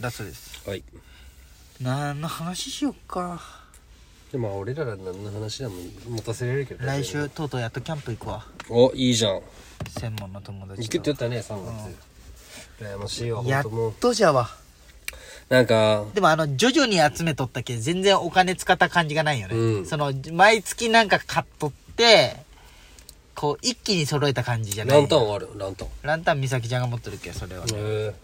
ラストですはい何の話しよっかでも俺らが何の話でも持たせられるけど来週とうとうやっとキャンプ行くわおいいじゃん専門の友達行とくって言ったね3月羨ましいわほやんっともうとじゃわなんかでもあの徐々に集めとったけ全然お金使った感じがないよね、うんその毎月なんか買っとってこう一気に揃えた感じじゃないランタンはあるランタンランタン美咲ちゃんが持ってるけそれは、へえ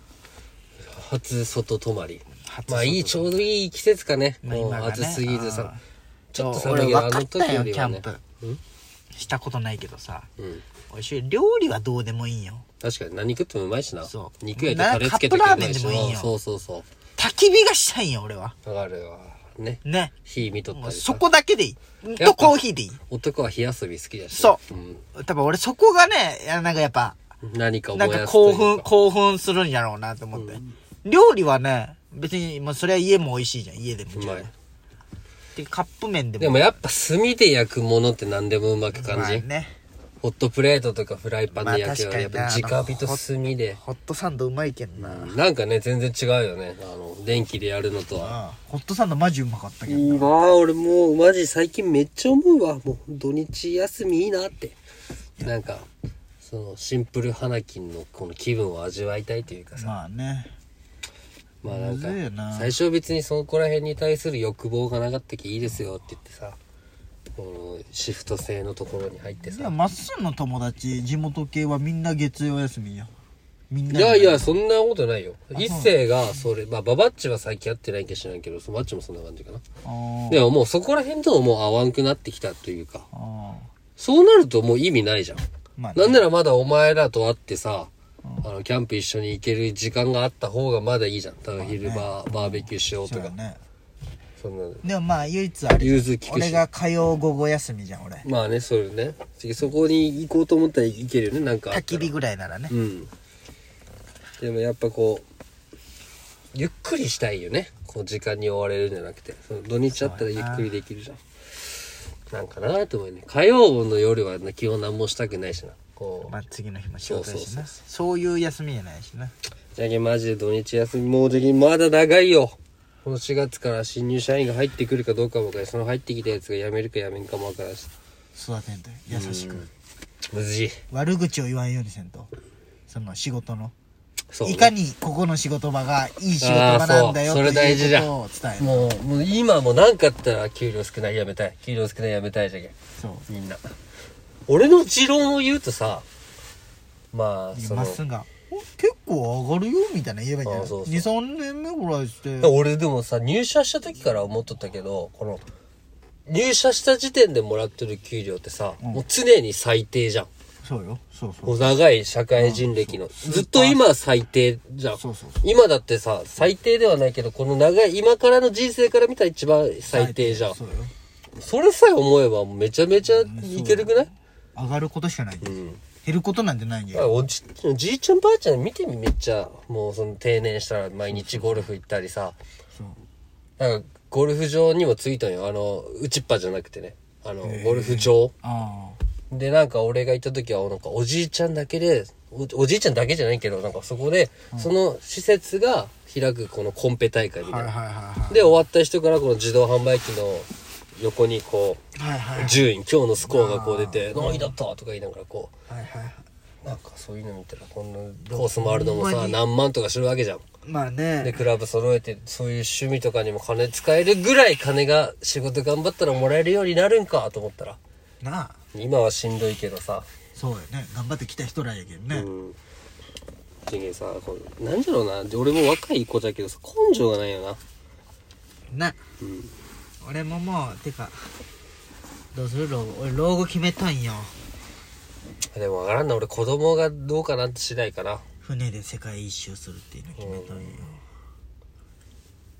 初外泊まり初まあいいちょうどいい季節かねまあもう今がね暑すぎずさちょっとそう寒いけ俺どあの分かった時よよりはねキャンうんしたことないけどさうんおいしい料理はどうでもいいんよ確かに何食ってもうまいしなそう肉焼いてタレつけとけばうまいしなカップラーメンでもいいよなそうそうそ焚き火がしたいんよ俺はうわかるわねね火見とったもうりさそこだけでいいやっとぱコーヒーでいい男は火遊び好きだしそん多分俺そこがねいやなんかやっぱ何かをなん燃かやすと興いう奮、興奮するんやろうなと思って。料理はね、別に、もうそれは家も美味しいじゃん。家でも。うまいで、カップ麺でも。でもやっぱ炭で焼くものって何でもうまく感まあじ、ね。ホットプレートとかフライパンで焼けばまあやっ確かぱにな直火と炭でホットサンドうまいけんな。うんなんかね全然違うよねあの電気でやるのとはホットサンドマジうまかったけど。いいなあ俺もうマジ最近めっちゃ思うわもう土日休みいいなってなんかそのシンプル花金のこの気分を味わいたいというかさまあね。まあなんかむずいよな最初別にそこら辺に対する欲望がなかったきいいですよって言ってさこのシフト制のところに入っていや、さまっすんの友達、地元系はみんな月曜休みよ。みんないじゃな。やいやそんなことないよ一星がそれまあババッチは最近会ってないんか知らんけどそのバッチもそんな感じかなあー。でももうそこら辺とはもう合わんくなってきたというかあーそうなるともう意味ないじゃんまあね、なんならまだお前らと会ってさ、あの、キャンプ一緒に行ける時間があった方がまだいいじゃん。ただ昼バー、バーベキューしようそとうだか。ね。そんなの。でもまあ、唯一あれじゃん融通利くし俺が火曜午後休みじゃん、俺。まあね、それね。次そこに行こうと思ったら行けるよね、なんかあった焚ら。き火ぐらいならね。うん。でもやっぱこう、ゆっくりしたいよね。こう時間に追われるんじゃなくて。その土日あったらゆっくりできるじゃん。なんかなと思うね。火曜の夜は、ね、基本何もしたくないしな。こうまあ、次の日も仕事やしそうそうそうなそういう休みじゃないしなじゃけんマジで土日休みもうじゃけんまだ長いよこの4月から新入社員が入ってくるかどうかも分からんしその入ってきたやつが辞めるか辞めんかも分からんし育てんと優しくむずい悪口を言わんようにせんとその仕事の、そうね、いかにここの仕事場がいい仕事あ場あそうなんだよってそれ大事いじうゃんことを伝えるもうもう今も何かあったら給料少ない辞めたい給料少ない辞めたいじゃけんそうみんな俺の持論を言うとさまあそまのっすんがお結構上がるよみたいな言えばいいんじゃないあそうそう23年目ぐらいして俺でもさ入社した時から思っとったけどこの入社した時点でもらってる給料ってさ、もう常に最低じゃんそうよそうそうお長い社会人歴の。ずっと今最低じゃんそうそう。今だってさ、最低ではないけど、この長い、今からの人生から見たら一番最低じゃん。そうよそれさえ思えばめちゃめちゃいけるくない上がることしかない、減ることなんてないんじゃあおじおじいちゃんばあちゃん見てみめっちゃ、もうその定年したら毎日ゴルフ行ったりさ、そうなんかゴルフ場にも着いたんよ。あの、打ちっぱじゃなくてね。あの、ゴルフ場。あで、なんか俺が行った時は、なんかおじいちゃんだけで、おおじいちゃんだけじゃないけど、なんかそこで、その施設が開くこのコンペ大会みあたはいいな。はいはいはいで、終わった人からこの自動販売機の横にこ、はいうはい順位、今日のスコアがこう出て、何位だったとか言いながらこ、はいはいうなんかそういうの見たら、こんなコース回るのもほんまさ、に何万とかするわけじゃん。まあで、ねクラブ揃えて、そういう趣味とかにも金使えるぐらい金が仕事頑張ったらもらえるようになるんかと思ったら、なあ今はしんどいけどさ、そうよね頑張ってきた人らやけんね、うん。じゃけさ、こうなんじゃろうな。俺も若い子だけどさ、根性がないよな。な、俺ももうてかどうする老後俺老後決めたんよでもわからんな。俺子供がどうかなって次第かな。船で世界一周するっていうの決めたんよ、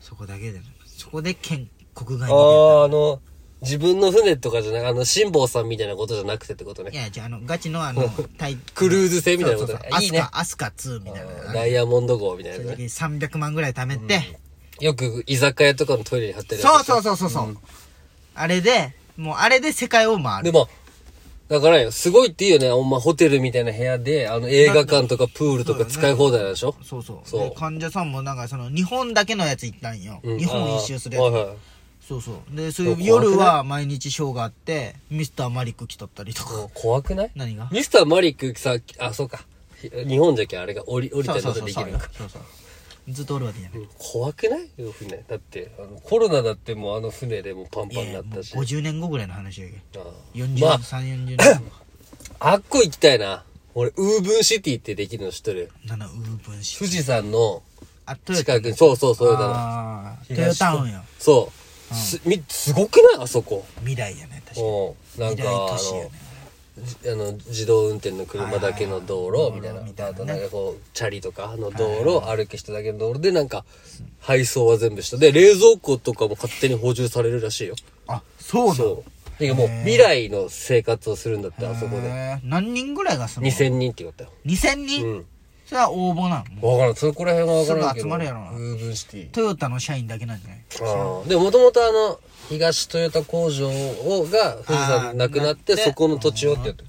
そこだけでそこで県国外にあ出あ、あの、自分の船とかじゃなくあの、辛坊さんみたいなことじゃなくてってことたいね。やじゃああのガチのあのタイクルーズ船みたいなことそうそねうそういいねアスカアスカ2みたいなダイヤモンド号みたいそなのね時。に300万ぐらい貯めて、よく居酒屋とかのトイレに貼ってるやつ。そうそうそうそうそう、あれでもうあれで世界を回るでも、だからよ、すごいっていいよね。ほんまホテルみたいな部屋で、あの映画館とかプールとか使い放題なんでしょそうそうそうで患者さんもなんかその日本だけのやつ行ったんよ、うん日本一周するあやーつ、はいはいそうそうでそういでうも怖くない夜は毎日ショーがあってミスターマリック来とったりとかもう怖くない何がミスターマリックさ、あ、そうか。ひ日本じゃけんあれが降り、降りたそうりそうそうそとかできうるのか。そうそうずっとおるわけじゃない、うん怖くないよ船。だって、あの、コロナだってもうあの船でもうパンいパやンにいなやっもうたし。 50年後ぐらいの話やけあどー40、ま340年あ、あっこ行きたいな。俺、ウーブンシティってできるの知ってる。後7ウーブンし富士山のあトヨタ近くに、そうそう、そういうのな。あートヨタウンよそう。す、み、すごくないあそこ。未来やね確かうん。なんにか、未あ来都市やのね、じあの自動運転の車だけの道はいはい路みたいな道路みたいなあねとなんかこうチャリとかの道路、歩く人だけの道路でなんか配送は全部したで冷蔵庫とかも勝手に補充されるらしいよあそうなのそうてかもう未来の生活をするんだってあそこでへー何人ぐらいが住むの2000人って言ったよ2000人、うんそれは応募なのもう分からんそこら辺は分からんすぐけど集まるやろなウーブンシティトヨタの社員だけなんじゃないああでもともとあの東トヨタ工場をが富士山なくなってあーそこの土地をってやって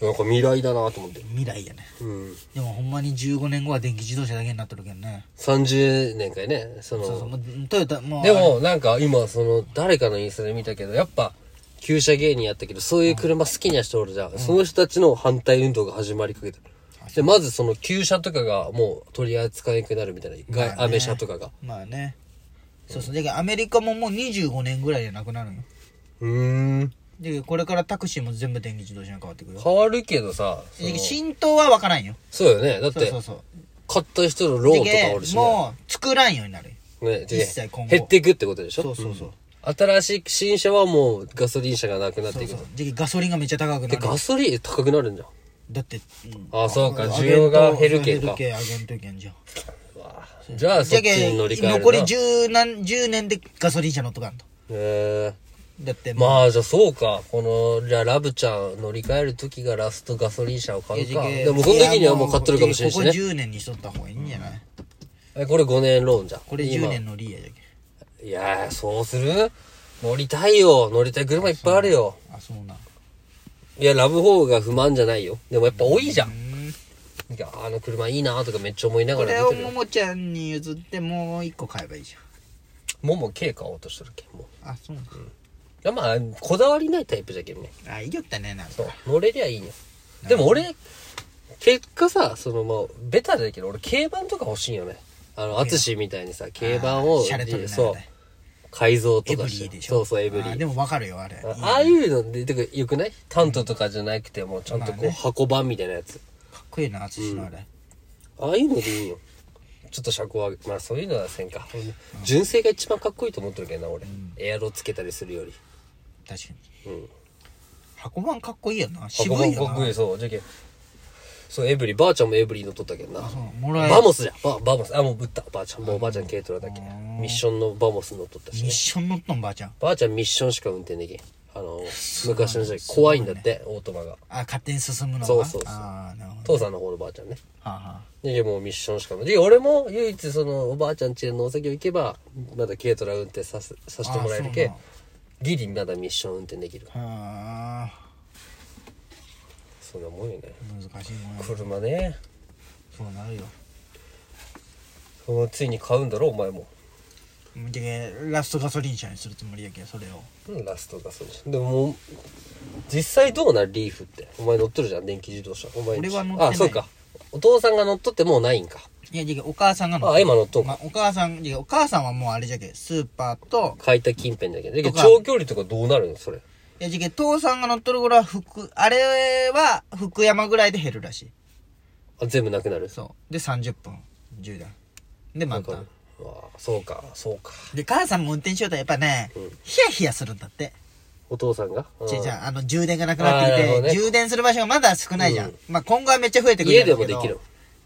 るなんか未来だなと思って未来やねうんでもほんまに15年後は電気自動車だけになっとるけどね30年かいねそのそうそうもうトヨタもうでもなんか今その誰かのインスタで見たけどやっぱ旧車芸人やったけどそういう車好きな人おるじゃん、その人たちの反対運動が始まりかけてるでまずその旧車とかがもう取り扱いなくなるみたいな、がアメ車とかがまあねそうそうだけどアメリカももう25年ぐらいでなくなるんようーんでこれからタクシーも全部電気自動車に変わってくるよ変わるけどさそので浸透は分からんよそうよねだっそうてそうそう買った人のローンとかおるでしねもう作らんようになるよね一切今後減っていくってことでしょそうそうそう、新しい新車はもうガソリン車がなくなっていくそうでガソリンがめっちゃ高くなでるガソリン高くなるんじゃんだって、うんあそうか需要が減るけんかあげんとけあげんとけんじゃんじゃあじそゃっちけにん乗り換えるな残り十何十年でガソリン車乗っとかんとへえだってもうまあじゃあそうかこのじゃあラブちゃん乗り換える時がラストガソリン車を買うかいやでもその時にはもう買っとるかもしれんしねここ10年にしとった方がいいんじゃないえこれ5年ローンじゃんこれ10年のリーやじゃけ今いやーそうする乗りたいよ乗りたい車いっぱいあるよあそうないやラブホーが不満じゃないよでもやっぱ多いじゃんうんいやあの車いいなとかめっちゃ思いなこがれら見をてるよももちゃんに譲ってもう一個買えばいいじもも K 買おうとしてるけんもういゃんあそうなんだやまあこだわりないタイプじゃけんねあいいよったねなんかそう乗れりゃいいねでも俺結果さそのまあベタだけど俺軽バンとか欲しいんよねあの淳みたいにさ軽バンをシャレとるなそうあれ改造エとブかリしてィでしそょうそうエブリあィでも分かるよあれあああいうのでてかよくないタントとかじゃなくてもちゃんとこう箱版みたいなやつかっこいいな淳のあれああいうのでいいよちょっと車高上げまあそういうのはせんか純正が一番かっこいいと思ってるけどな俺エアロつけたりするより確かにうん箱番かっこいいよな渋箱版いかよっこいいなそうじゃけそうエブリばあちゃんもエブリ乗っとったけどなそうもらえバモスじゃんババモスあもうぶったばあちゃんもうばあちゃん軽トラだけミッションのバモス乗っとったしミッション乗っとんばあちゃんばあちゃんミッションしか運転できんあの昔の時代怖いんだって、オートマがあ勝手に進むのがそうそうそうああなるほど父さんの方のばあちゃんねはあはでもうミッションしかで俺も唯一そのおばあちゃん家のお酒を行けばまだ軽トラ運転させさせてもらえるあけそうギリまだミッション運転できるあはあそんなもんよね難しいもんや車ねそうなるよもうついに買うんだろお前もでラストガソリン車にするつもりやけどそれをうんラストがそうじゃんでももう実際どうなんリーフってお前乗っとるじゃん電気自動車お前んち俺は乗ってないあそうかお父さんが乗っとってもうないんかいやじゃあお母さんが乗っあ今乗っとんかまあ、お母さんじゃあお母さんはもうあれじゃけスーパーと買いた近辺だけどだけどとか長距離とかどうなるのそれいやじゃけ父さんが乗っとる頃は福あれは福山ぐらいで減るらしいあ全部なくなるそうで30分10段で満わかタるンわあそうかそうかで母さんも運転しようとやっぱね、ヒヤヒヤするんだってお父さんがじゃじあゃあの充電がなくなってきあーなるほて、どね充電する場所がまだ少ないじゃん、うんまあ今後はめっちゃ増えてくるん家やでろうもけでどきる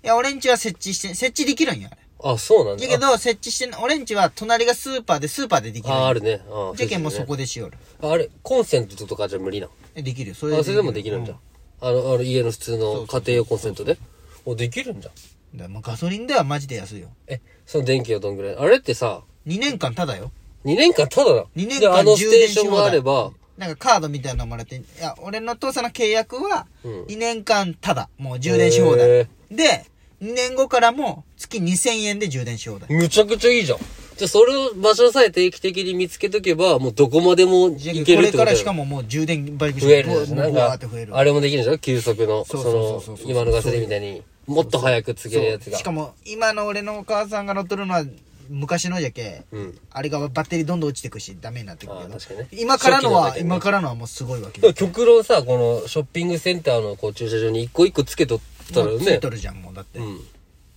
いや俺んちは設置して設置できるんやあれあそうなんだだけど設置してん俺んちは隣がスーパーでスーパーでできるんあやあるねあじゃけんもうそそうですねこでしよるああれコンセントとかじゃ無理なのえできるよそあそれでもできるんじゃんあのあの家の普通そのうそ家う庭用コンセントでおできるんじゃんだからもうガソリンではマジで安いよえその電気はどんぐらいあれってさ2年間ただよ2年間ただだ二年間であのス充テー電シしョン放があ題ればなんかカードみたいなのもらって、いや、俺の父さんの契約は、うん2年間ただ、もう充電し放題。へで、2年後からも月2000円で充電し放題。むちゃくちゃいいじゃん。じゃあそれを場所さえ定期的に見つけとけば、もうどこまでも行けるっこれてことからしかもももう充電バリバリ増えるでしょ。ブワなーんブワーっかて増える。、あれもできるでしょ急速の、そそうそうそうそうの、今のガソリンみたいに、もっと早くつけるやつそうが。しかも今の俺のお母さんが乗っとるのは昔のじゃけ、うん。あれがバッテリーどんどん落ちてくしダメになってくけあーど確かにね今からのは初期のだけね今からのはもうすごい わけでよも極論さ、このショッピングセンターのこう駐車場に一個一個つけとったらもうついねと。るじゃんもうだって、うん。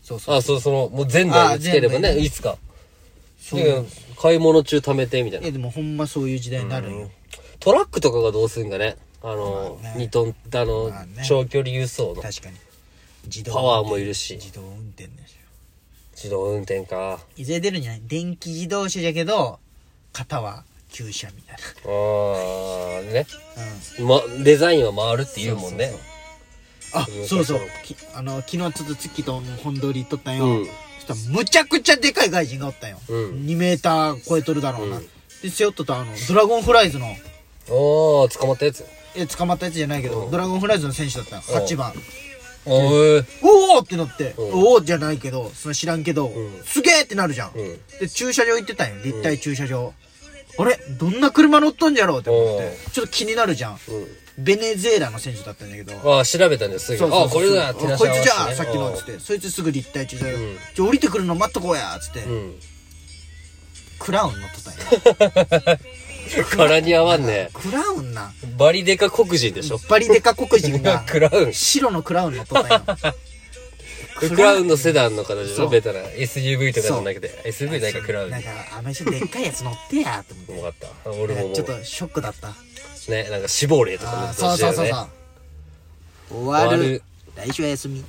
そうそうあ、そう、その、もう全台につければあ全ね、台いつか。そうで買い物中貯めて、みたいいなや。でもほんまそういう時代になるんよトラックとかがどうすんかね。あのまあ、ね2トン、あのまあね、長距離輸送の。確かに自動パワーもいるし自動運転ですよ自動運転か。いずれ出るんじゃない電気自動車じゃけど型は旧車みたいああ、ね。な、うん、ま、デザインは回るって言うもんね。あそうそうきあの昨日ちょっと月と本通り行っとったんよ、うんそしたらむちゃくちゃでかい外人がおったんよ、うん2メーター超えとるだろうな、うんで背負っとったあのドラゴンフライズのおー、捕まったやつ。え捕まったやつじゃないけど、うんドラゴンフライズの選手だったんうん8番おー。おおってなって、うんおおじゃないけどその知らんけど、んすげえってなるじゃん、うんで駐車場行ってたんよ立体駐車場、あれどんな車乗っとんじゃろうって思ってちょっと気になるじゃんうん。ベネズエラの選手だったんだけど、ああ、調べたんですぐ。そうそうあそこうれだ、そう照らしこい合わつせじてゃあねさっきのっつっ。てそいつすぐ立体駐車場んじゃあ降りてくるの待っとこうやっつって、うん。 クラウン乗っとったんや柄に合わんね。クラウンなバリデカ黒人でしょ。バリデカ黒人が クラウン。白 のクラウン乗っとったんや クラウンのセダンの形でしそうょベタな SUV とかじゃなくて。SUV ないかクラウン。なんか分あの人でっかいやつ乗ってやと思ってかった。俺もなんもかちょっとショックだったう、ね、なんか死亡例とかあもーそうそうそうそう終わ終わるる来週は休み